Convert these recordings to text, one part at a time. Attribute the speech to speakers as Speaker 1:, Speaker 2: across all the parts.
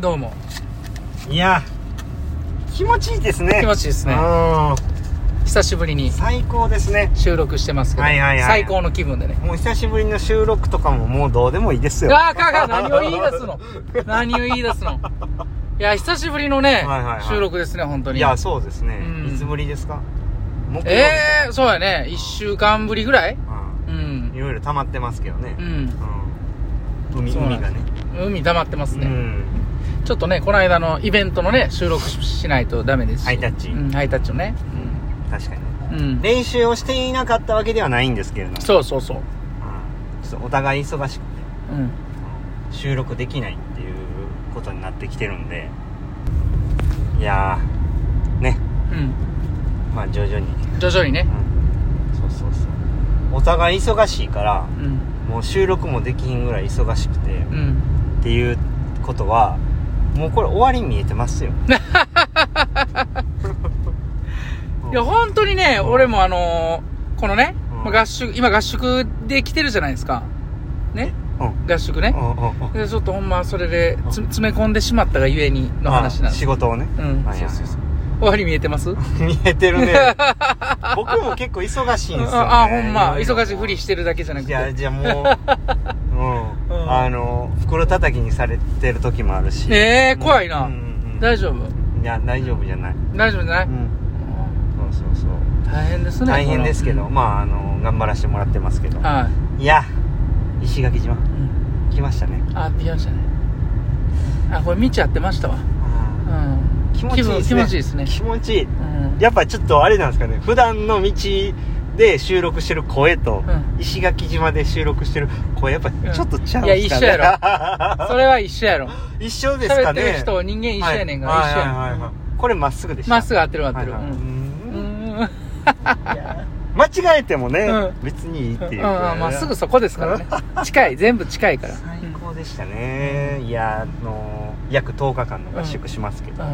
Speaker 1: どうも
Speaker 2: いや気持ちいいですね
Speaker 1: 気持ちいいです ね
Speaker 2: う
Speaker 1: 久しぶりに
Speaker 2: ん最高ですね
Speaker 1: 収録してますけど、
Speaker 2: はいはいはい
Speaker 1: 最高の気分でね
Speaker 2: もう久しぶりの収録とかももうどうでもいいですよ
Speaker 1: ああかが何を言い出すの 何を言い出すのいや久しぶりのね、
Speaker 2: はいはいはい
Speaker 1: 収録ですね本当
Speaker 2: い
Speaker 1: に
Speaker 2: やそうですね、
Speaker 1: うん
Speaker 2: いつぶりですか木曜日
Speaker 1: ええー、そうやね1週間ぶりぐらいうん
Speaker 2: うん
Speaker 1: ん
Speaker 2: いろいろ溜まってますけどね
Speaker 1: う、ん
Speaker 2: うん海
Speaker 1: そうな
Speaker 2: 海
Speaker 1: ん
Speaker 2: が
Speaker 1: です
Speaker 2: ね
Speaker 1: 海溜まってます
Speaker 2: う
Speaker 1: ね、
Speaker 2: ん
Speaker 1: ちょっとねこの間のイベントのね収録ししないとダメですし
Speaker 2: ハイタッチ
Speaker 1: うん、ハイタッチをね
Speaker 2: 確かに
Speaker 1: うん、
Speaker 2: 練習をしていなかったわけではないんですけれども、
Speaker 1: そうそうそう
Speaker 2: うんちょっとお互い忙しくて
Speaker 1: うん
Speaker 2: 収録できないっていうことになってきてるんでいやーね
Speaker 1: うん
Speaker 2: まあ徐々に、
Speaker 1: 徐々にね
Speaker 2: うん、そうそうそうお互い忙しいから
Speaker 1: うん
Speaker 2: もう収録もできひんぐらい忙しくて
Speaker 1: うん
Speaker 2: っていうことはもうこれ終わり見えてますよ
Speaker 1: いや本当にね、
Speaker 2: うん
Speaker 1: 俺もあのー、このね、
Speaker 2: うん
Speaker 1: まあ合宿今合宿で来てるじゃないですかね
Speaker 2: うんうん
Speaker 1: 合宿ね
Speaker 2: うんうん
Speaker 1: でちょっとほんまそれで
Speaker 2: うん
Speaker 1: つ詰め込んでしまったがゆえにの話なん
Speaker 2: あ
Speaker 1: です
Speaker 2: 仕事をね
Speaker 1: うん
Speaker 2: はいはい
Speaker 1: そうそう終わり見えてます
Speaker 2: 見えてる ね僕も結構忙しいんですよ、ね、
Speaker 1: ああほんま忙しいふ
Speaker 2: り
Speaker 1: りしてるだけじゃなく
Speaker 2: いや
Speaker 1: て
Speaker 2: じゃあ もう、う
Speaker 1: うん
Speaker 2: ん、あの袋叩きにされてる時もあるし
Speaker 1: ええ怖いな、
Speaker 2: うんうん
Speaker 1: 大丈夫
Speaker 2: うんいや大丈夫じゃない、
Speaker 1: 大丈夫じゃない、
Speaker 2: うん、そうそうそう
Speaker 1: 大変ですね
Speaker 2: 大変ですけ
Speaker 1: ど
Speaker 2: どまああの頑張らせてもらってますけど
Speaker 1: はい
Speaker 2: や石垣島
Speaker 1: い、うん、
Speaker 2: 来ましたね
Speaker 1: あ来ましたねあこれ見ちゃってましたわうん
Speaker 2: 気持ちいいですね
Speaker 1: 気分気持ちいいですね
Speaker 2: 気持ちいい
Speaker 1: うん
Speaker 2: やっぱちょっとあれなんですかね普段の道で収録してる声と、
Speaker 1: う
Speaker 2: 石垣島で収録してる声やっぱちょっとちゃうん
Speaker 1: いや
Speaker 2: ですかね、
Speaker 1: 一緒やろそれは一緒やろ
Speaker 2: 一緒です
Speaker 1: 喋
Speaker 2: か
Speaker 1: って
Speaker 2: ね
Speaker 1: る人と人間一緒やねんから
Speaker 2: はい
Speaker 1: 一緒や
Speaker 2: はいはい
Speaker 1: ね
Speaker 2: はい
Speaker 1: ん
Speaker 2: これまっすぐでした
Speaker 1: まっすぐ合ってる合ってる
Speaker 2: はいはいうん
Speaker 1: うん
Speaker 2: 間違えてもね、
Speaker 1: う
Speaker 2: 別にいいっていう、
Speaker 1: うんうんまっすぐそこですからね近い全部近いから
Speaker 2: 最高でしたね、いやあの約10日間の合宿しますけど、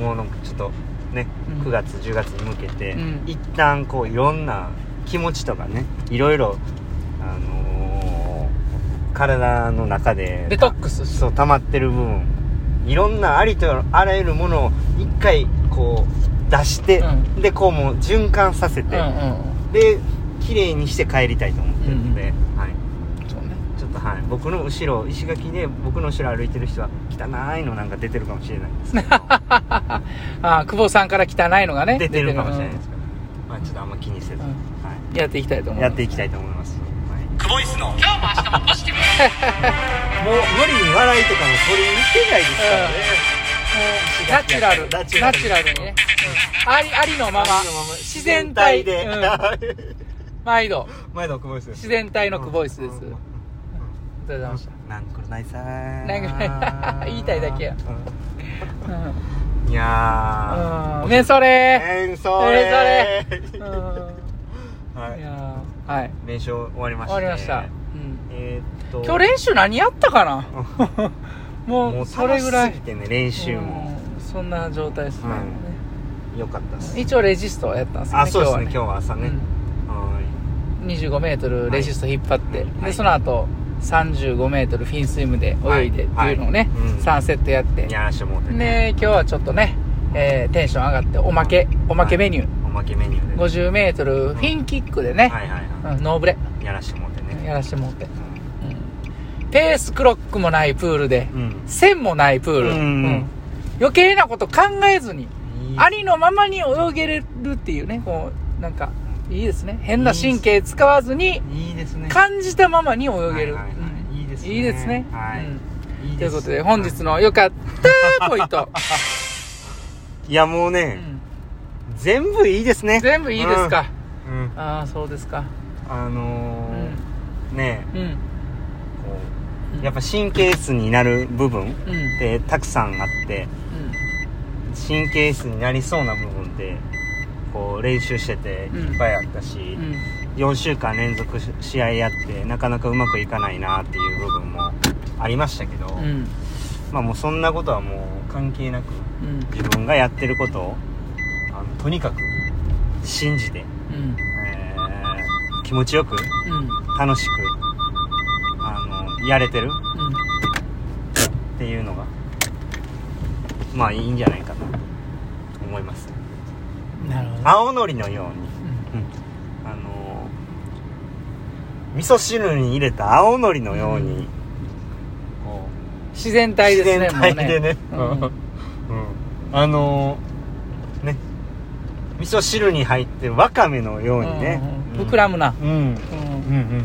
Speaker 2: もうなんかちょっとね
Speaker 1: う
Speaker 2: 9
Speaker 1: ん
Speaker 2: 月10月に向けて、
Speaker 1: うん
Speaker 2: 一旦こういろんな気持ちとかねいろいろあのー体の中で
Speaker 1: うんデトックスし
Speaker 2: そう溜まってる部分いろんなありとあらゆるものを一回こう出して、
Speaker 1: う
Speaker 2: でこうもう循環させ
Speaker 1: うん
Speaker 2: て、
Speaker 1: うん
Speaker 2: で綺麗にして帰りたいと思ってるので、はい、
Speaker 1: うんそうね
Speaker 2: ちょっとはい僕の後ろ石垣で僕の後ろ歩いてる人は汚いのなんか出てるかもしれない ですけど
Speaker 1: あー久保さんから汚いのがね
Speaker 2: 出てるかもしれないですけど、まあ、ちょっとあんま気にせず、
Speaker 1: うん
Speaker 2: は
Speaker 1: やっていきたいと思
Speaker 2: い、
Speaker 1: う
Speaker 2: やっていきたいと思います、はい、クボイスのもう
Speaker 1: 今日も明日もポジティ ブ
Speaker 2: 無理に笑いとかも取りに行けないですからね、
Speaker 1: ナチュラル
Speaker 2: ナ
Speaker 1: ナ
Speaker 2: チ
Speaker 1: チ
Speaker 2: ュ
Speaker 1: ュ
Speaker 2: ラ
Speaker 1: ラ
Speaker 2: ル
Speaker 1: ルにねうんありありのまま
Speaker 2: ありのまま
Speaker 1: 自然体で
Speaker 2: 自
Speaker 1: うん
Speaker 2: 然体で
Speaker 1: 毎度
Speaker 2: 前のクボイスです
Speaker 1: 自然体のクボイスです
Speaker 2: うんうん
Speaker 1: ありがとうございまし
Speaker 2: なんくるないさー
Speaker 1: なんくるない言いたいだけやたうん
Speaker 2: うんいや
Speaker 1: う
Speaker 2: ー
Speaker 1: んメンソレー
Speaker 2: メンソレー
Speaker 1: うん
Speaker 2: はいい
Speaker 1: やーはい
Speaker 2: 練習終わりまし
Speaker 1: 終
Speaker 2: た
Speaker 1: わりました、
Speaker 2: えーっ
Speaker 1: う
Speaker 2: と
Speaker 1: ん、今日練習何やったか なも
Speaker 2: も
Speaker 1: う
Speaker 2: う
Speaker 1: それぐらい
Speaker 2: 楽しすぎてね練習も
Speaker 1: うんそんな状態ですね、
Speaker 2: は良かったっす
Speaker 1: 一応レジストをやったんですよね
Speaker 2: あそうですね今日
Speaker 1: は
Speaker 2: は朝ねは
Speaker 1: ね2 5ルレジスト引っ張って、
Speaker 2: はいは
Speaker 1: で
Speaker 2: い
Speaker 1: その後3 5ルフィンスイムで泳いでっていうのをね、
Speaker 2: はいはいうん
Speaker 1: 3セットやって
Speaker 2: ーいやらしてもうて
Speaker 1: で今日はちょっとね、えーテンション上がっておまけおまけメニュー、
Speaker 2: おまけメニューでは
Speaker 1: 5 0ルフィンキックでね、
Speaker 2: いはいは
Speaker 1: うんノーブレ
Speaker 2: いやらしてもうてね
Speaker 1: やらしてもうて、うんペースクロックもないプールで、
Speaker 2: うん
Speaker 1: 線もないプール、
Speaker 2: うん
Speaker 1: 余計なこと考えずに
Speaker 2: いい
Speaker 1: ありのままに泳げれるっていうねこうなんかいいですね変な神経使わずに
Speaker 2: いいですね
Speaker 1: 感じたままに泳げる、
Speaker 2: はいはいはい
Speaker 1: うん
Speaker 2: いいですね
Speaker 1: いいですね、
Speaker 2: はい
Speaker 1: うん
Speaker 2: いい
Speaker 1: とい
Speaker 2: で
Speaker 1: う
Speaker 2: す
Speaker 1: ことで本日の良かったポイント、
Speaker 2: いやもう
Speaker 1: う
Speaker 2: ね
Speaker 1: ん
Speaker 2: 全部いいですね
Speaker 1: 全部いいですか、
Speaker 2: うん
Speaker 1: ああそうですか
Speaker 2: あ
Speaker 1: う
Speaker 2: の
Speaker 1: ん
Speaker 2: ーね
Speaker 1: うん
Speaker 2: こ
Speaker 1: うん
Speaker 2: うやっぱ神経質になる部分
Speaker 1: うんうん
Speaker 2: ってたくさんあって神経質になりそうな部分ってこう練習してていっぱいあったし、
Speaker 1: うん
Speaker 2: 4週間連続試合やってなかなかうまくいかないなっていう部分もありましたけど、
Speaker 1: うん
Speaker 2: まあもうそんなことはもう関係なく
Speaker 1: うん
Speaker 2: 自分がやってることをあのとにかく信じて、
Speaker 1: うん
Speaker 2: えー気持ちよく
Speaker 1: うん
Speaker 2: 楽しくあのやれてるっていうのがまあいいんじゃないかなと思います
Speaker 1: なるほどね
Speaker 2: 青のりのようにあの味噌汁に入れた青のりのように、
Speaker 1: うん
Speaker 2: こ
Speaker 1: 自然
Speaker 2: う
Speaker 1: 体ですね
Speaker 2: 自然体でね
Speaker 1: もうね、
Speaker 2: うんあのね味噌汁に入ってわかめのようにね、
Speaker 1: うん膨ら
Speaker 2: む
Speaker 1: むな、
Speaker 2: うん
Speaker 1: う
Speaker 2: うんうん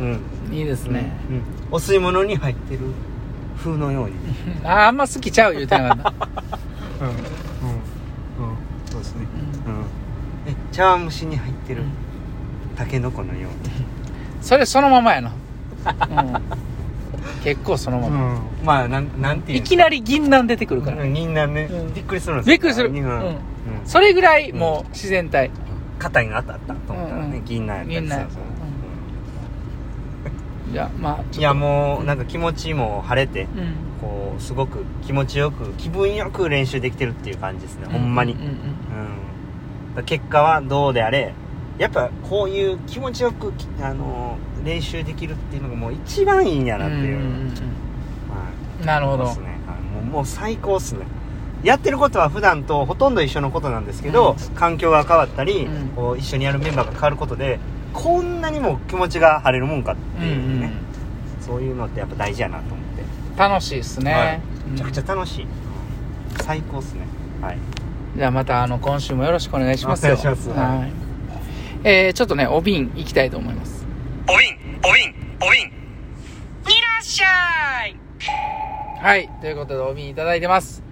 Speaker 2: うん
Speaker 1: ん、いいですね、
Speaker 2: うんうんお吸い物に入ってる風のように、
Speaker 1: ああんま好きちゃう言うてなかった
Speaker 2: うんうんそうですね、
Speaker 1: う
Speaker 2: うん、え茶碗蒸しに入ってるタケノコのように
Speaker 1: それそのままやな、うん、結構そのまま、
Speaker 2: うん、まあなんなんてい
Speaker 1: いうきなり銀杏出てくるから、
Speaker 2: りみんなね、
Speaker 1: うん
Speaker 2: びっくりするんです
Speaker 1: びっくりする、
Speaker 2: みん
Speaker 1: う
Speaker 2: なうん
Speaker 1: ん、それぐらいもう自然体、
Speaker 2: 硬いのあったあったと思ったら
Speaker 1: うんう
Speaker 2: ね
Speaker 1: ん
Speaker 2: 銀杏やったりしたんですよ
Speaker 1: 銀じゃあまあちょっ
Speaker 2: うん
Speaker 1: と
Speaker 2: いやもうなんか気持ちも晴れて
Speaker 1: うん
Speaker 2: こうすごく気持ちよく気分よく練習できてるっていう感じですねほんまに
Speaker 1: う
Speaker 2: うん
Speaker 1: う
Speaker 2: だ
Speaker 1: んう
Speaker 2: から結果はどうであれやっぱこういう気持ちよくきあのー練習できるっていうのがもう一番いいんやなってい
Speaker 1: んうん
Speaker 2: う
Speaker 1: うん
Speaker 2: はい
Speaker 1: うんなるほど
Speaker 2: そうっすねはいもうもう最高っすねやってることは普段とほとんど一緒のことなんですけど、環境が変わったり、
Speaker 1: うん
Speaker 2: こう一緒にやるメンバーが変わることでこんなにも気持ちが晴れるもんかって
Speaker 1: うん
Speaker 2: いう
Speaker 1: う
Speaker 2: ね、
Speaker 1: ん
Speaker 2: そういうのってやっぱ大事やなと思って、
Speaker 1: 楽しいですね、
Speaker 2: はいめちゃ
Speaker 1: うん
Speaker 2: くちゃ楽しい最高っすねはい
Speaker 1: じゃあまたあの今週もよろしくお願いしますよ
Speaker 2: お願いしますはい
Speaker 1: はいえー、ちょっとねお瓶行きたいと思います
Speaker 2: おびんおびんおびん
Speaker 1: いらっしゃいはいということでお瓶いただいてます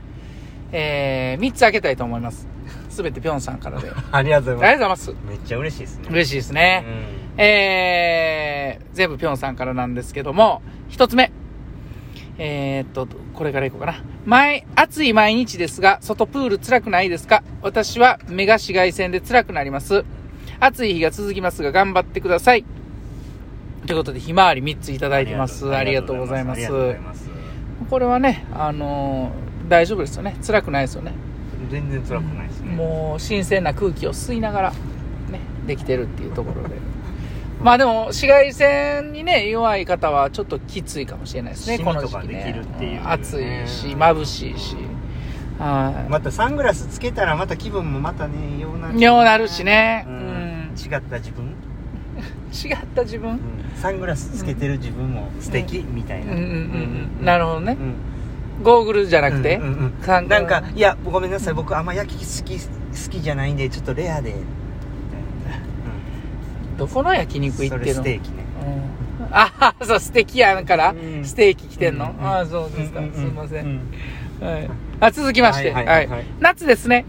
Speaker 1: えー、3つ開けたいと思いますすべてぴょんさんから であり
Speaker 2: ありがとうござい
Speaker 1: がと
Speaker 2: うま
Speaker 1: ございます
Speaker 2: すめっちゃ嬉しいですね
Speaker 1: 嬉しいですね、えー、全部ぴょんさんからなんですけども、一つ目。えー、っと、これからいこうかな。前、暑い毎日ですが、外プール辛くないですか私は目が紫外線で辛くなります。暑い日が続きますが、頑張ってください。ということで、ひまわり3ついただいてます。ありがとうございま
Speaker 2: あ
Speaker 1: す
Speaker 2: り。がとうございます
Speaker 1: これはね、あのー大丈夫ですよね。辛くないですよね。
Speaker 2: 全然辛くないですね
Speaker 1: もう新鮮な空気を吸いながら、ね、できてるっていうところで。まあでも、紫外線にね、弱い方はちょっときついかもしれないですね、
Speaker 2: シ
Speaker 1: こ
Speaker 2: ミ
Speaker 1: の
Speaker 2: と
Speaker 1: 時
Speaker 2: か
Speaker 1: 期
Speaker 2: でき
Speaker 1: ね
Speaker 2: るっていうね。
Speaker 1: 暑いし、眩しいし。はい
Speaker 2: またサングラスつけたらまた気分もまたねようなる
Speaker 1: ようなるしね
Speaker 2: う
Speaker 1: うん
Speaker 2: ん、違った自分、
Speaker 1: 違った自分
Speaker 2: サングラスつけてる自分も素敵、みたい
Speaker 1: うん
Speaker 2: な、
Speaker 1: うんうん。なる
Speaker 2: ほ
Speaker 1: ほど
Speaker 2: ど
Speaker 1: ね。ゴーグルじゃなくて、サング
Speaker 2: な
Speaker 1: ラ
Speaker 2: ん
Speaker 1: ス
Speaker 2: かいやごめんなさい僕あんま焼き好き好きじゃないんでちょっとレアでみたいな
Speaker 1: どこの焼
Speaker 2: うん
Speaker 1: 肉行
Speaker 2: そ
Speaker 1: っ
Speaker 2: れ
Speaker 1: てる
Speaker 2: ス
Speaker 1: の
Speaker 2: テーキね
Speaker 1: うんあはそう、ステーキやから
Speaker 2: う、ん
Speaker 1: ステーキ来てんの
Speaker 2: う、ん
Speaker 1: ああ、そうですか。
Speaker 2: うんうんうん
Speaker 1: すいません
Speaker 2: う。
Speaker 1: はい、あ続きまして、は
Speaker 2: はいいはいはい
Speaker 1: 夏ですね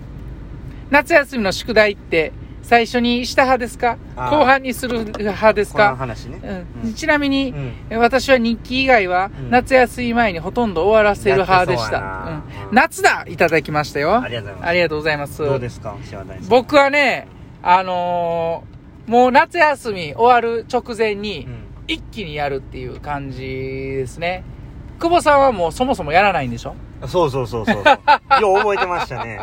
Speaker 1: 夏休みの宿題って最初にした派ですか
Speaker 2: あー
Speaker 1: 後半にする派です
Speaker 2: この
Speaker 1: か、
Speaker 2: 話ね、
Speaker 1: うん、ちなみに、
Speaker 2: うん
Speaker 1: 私は日記以外は
Speaker 2: うん
Speaker 1: 夏休み前にほとんど終わらせる派でした、
Speaker 2: やってそうやな
Speaker 1: うん夏だいただきましたよ
Speaker 2: ありがとうございます
Speaker 1: ありがとうございます
Speaker 2: どうですか島谷さん
Speaker 1: 僕はねあのーもう夏休み終わる直前に、
Speaker 2: うん
Speaker 1: 一気にやるっていう感じですね久保さんはもうそもそもやらないんでしょ
Speaker 2: そうそうそうそうそうよう覚えてましたね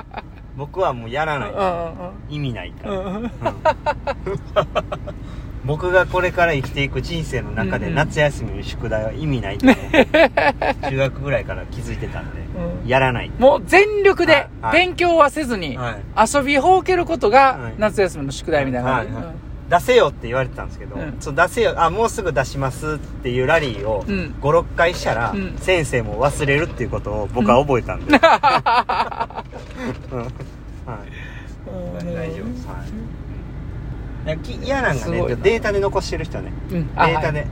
Speaker 2: 僕はもうやら
Speaker 1: うんう
Speaker 2: ない
Speaker 1: ん
Speaker 2: 意味ないから、
Speaker 1: うんうん
Speaker 2: 僕がこれから生きていく人生の中
Speaker 1: う
Speaker 2: で
Speaker 1: んうん
Speaker 2: 夏休みの宿題は意味ないって、 中学ぐらいから気づいてたんで、
Speaker 1: うん
Speaker 2: やらない、
Speaker 1: もう全力で
Speaker 2: はいはい
Speaker 1: 勉強はせずに、
Speaker 2: はい
Speaker 1: 遊びほうけること
Speaker 2: は
Speaker 1: が
Speaker 2: い
Speaker 1: 夏休みの宿題みたいな感じ、
Speaker 2: はいはい出せよって言われてたんですけど、
Speaker 1: うん
Speaker 2: そう出せよあもうすぐ出しますっていうラリーを
Speaker 1: うん
Speaker 2: 56回したら、
Speaker 1: うん
Speaker 2: 先生も忘れるっていうことを僕は覚えたんで、うんはい、
Speaker 1: うん
Speaker 2: 大丈夫です、はいなんかき嫌なんが
Speaker 1: す
Speaker 2: ね
Speaker 1: ごいな
Speaker 2: データで残してる人ね
Speaker 1: うん
Speaker 2: デ
Speaker 1: あ
Speaker 2: ータで、
Speaker 1: はい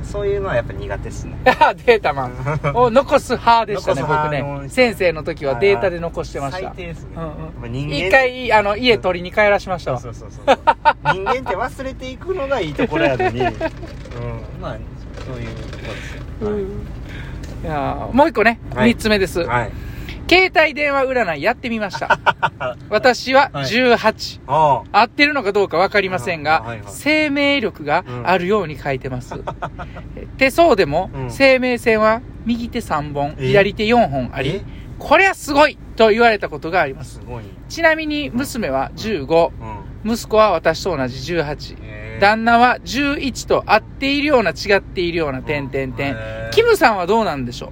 Speaker 2: うん、そういうのはやっぱ苦手っすね
Speaker 1: データマン を残す派でしたね
Speaker 2: 残す
Speaker 1: 僕
Speaker 2: 派の
Speaker 1: ね先生の時はデータで残してました、
Speaker 2: 最低ですね、
Speaker 1: うんうん
Speaker 2: やっぱ人間
Speaker 1: 一回あの家取りに帰らしましたわ、
Speaker 2: そうそうそうそう人間って忘れていくのがいいところやの に、うん、まあそういうとこですよ、
Speaker 1: うんいやーもう一個ね、三
Speaker 2: はい
Speaker 1: つ目です、
Speaker 2: はい、はい、
Speaker 1: 携帯電話占いやってみました 私は18、
Speaker 2: あ
Speaker 1: 合ってるのかどうか分かりませんが、
Speaker 2: はいはい
Speaker 1: 生命力があるように書いてます、手相 でも、
Speaker 2: うん
Speaker 1: 生命線は右手3本
Speaker 2: え
Speaker 1: 左手4本
Speaker 2: あ
Speaker 1: ありこりゃすごいと言われたことがあります
Speaker 2: すごい、
Speaker 1: ちなみに娘は15
Speaker 2: うん
Speaker 1: 息子は私と同じ18
Speaker 2: えー
Speaker 1: 旦那は11と合っているような違っているような点点点
Speaker 2: えー
Speaker 1: キムさんはどうなんでしょ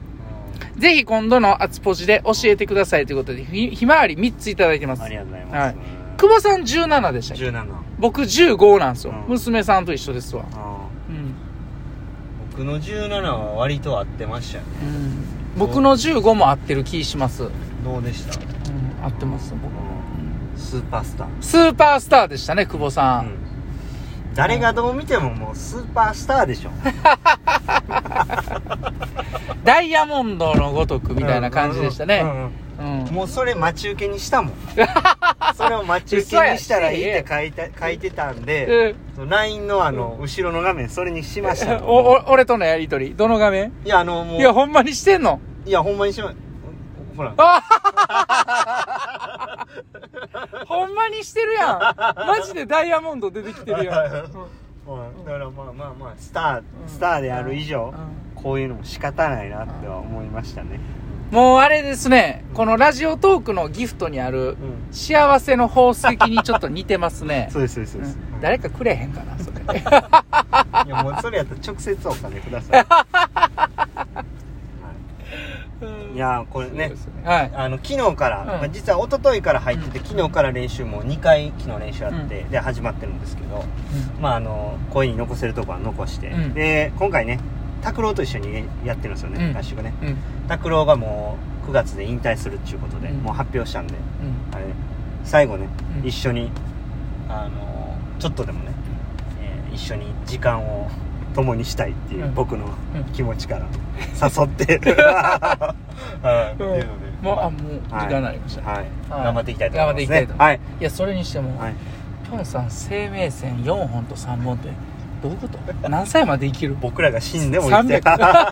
Speaker 1: うぜひ今度の厚ポジで教えてくださいということで、ひ、ひまわり3ついただいてます
Speaker 2: あり。がとうございます。
Speaker 1: は久保さん17でしたっけ
Speaker 2: 17。
Speaker 1: 僕15なんですよ、
Speaker 2: うん
Speaker 1: 娘さんと一緒ですわ。
Speaker 2: あ
Speaker 1: う
Speaker 2: ー僕
Speaker 1: ん。
Speaker 2: の17は割と合ってましたね。
Speaker 1: うん、僕の15も合ってる気します。うん、
Speaker 2: どうでした
Speaker 1: 合ってます、僕。
Speaker 2: スーパースター。
Speaker 1: スーパースターでしたね、久保さ
Speaker 2: う
Speaker 1: ん。
Speaker 2: ん誰がどう見てももうスーパースターでしょ。
Speaker 1: ダイヤモンドのごと くみたいな感じでした
Speaker 2: うん
Speaker 1: ね。
Speaker 2: うん
Speaker 1: うん。
Speaker 2: もうそれ待ち受けにした もん。それを待ち受けにしたらいいって書いて書いてたんで、
Speaker 1: う
Speaker 2: そ
Speaker 1: ん
Speaker 2: の LINE のあの、後ろの画面、それにしました。
Speaker 1: お、お、俺とのやりとり。どの画面
Speaker 2: いや、あの、もう、い
Speaker 1: いや、
Speaker 2: や、
Speaker 1: ほんまにしてん の
Speaker 2: ほんまにしま、ほら、
Speaker 1: あほんまにしてるやん。マジでダイヤモンド出てきてる やん。
Speaker 2: ほらだからまあまあまあ、スター、スターである以上、
Speaker 1: うん
Speaker 2: こういうのも仕方ないなっては思いましたね。
Speaker 1: もうあれですね、このラジオトークのギフトにある
Speaker 2: う、ん。
Speaker 1: 幸せの宝石にちょっと似てますね。
Speaker 2: そうです、そうです、そううです。
Speaker 1: ん誰かくれへんかな、それ。
Speaker 2: いや、もうそれやったら直接お金ください。 はいいや、これね、
Speaker 1: はい。
Speaker 2: あの昨日から、
Speaker 1: ん
Speaker 2: まあ実は一昨日から入ってて、昨日から練習も2回昨日練習あって、で始まってるんですけど、まあ、あの声に残せるとこは残して、
Speaker 1: うん
Speaker 2: で今回ね拓郎と一緒にねやってるんですよね、
Speaker 1: うん
Speaker 2: 合宿ね
Speaker 1: うん。うん。
Speaker 2: 拓郎がもう9月で引退するっていうことで、
Speaker 1: うん
Speaker 2: もう発表したんで
Speaker 1: うん。
Speaker 2: あれ最後ね、
Speaker 1: うん
Speaker 2: 一緒にあのちょっとでもね、えー一緒に時間を共にしたいっていう、
Speaker 1: うん
Speaker 2: 僕の
Speaker 1: うん
Speaker 2: 気持ちから誘 って、 はいっていうので
Speaker 1: もう、あ、もう、時間になりました。
Speaker 2: はい、
Speaker 1: はい
Speaker 2: 頑張っていきたいと思います、ね。
Speaker 1: 頑張っていきたいと思います
Speaker 2: はい。
Speaker 1: いや、それにしても、
Speaker 2: はい。
Speaker 1: ピョンさん生命線4本と3本ってどういうこと何歳まで生きる
Speaker 2: 僕らが死んでも生きて
Speaker 1: 300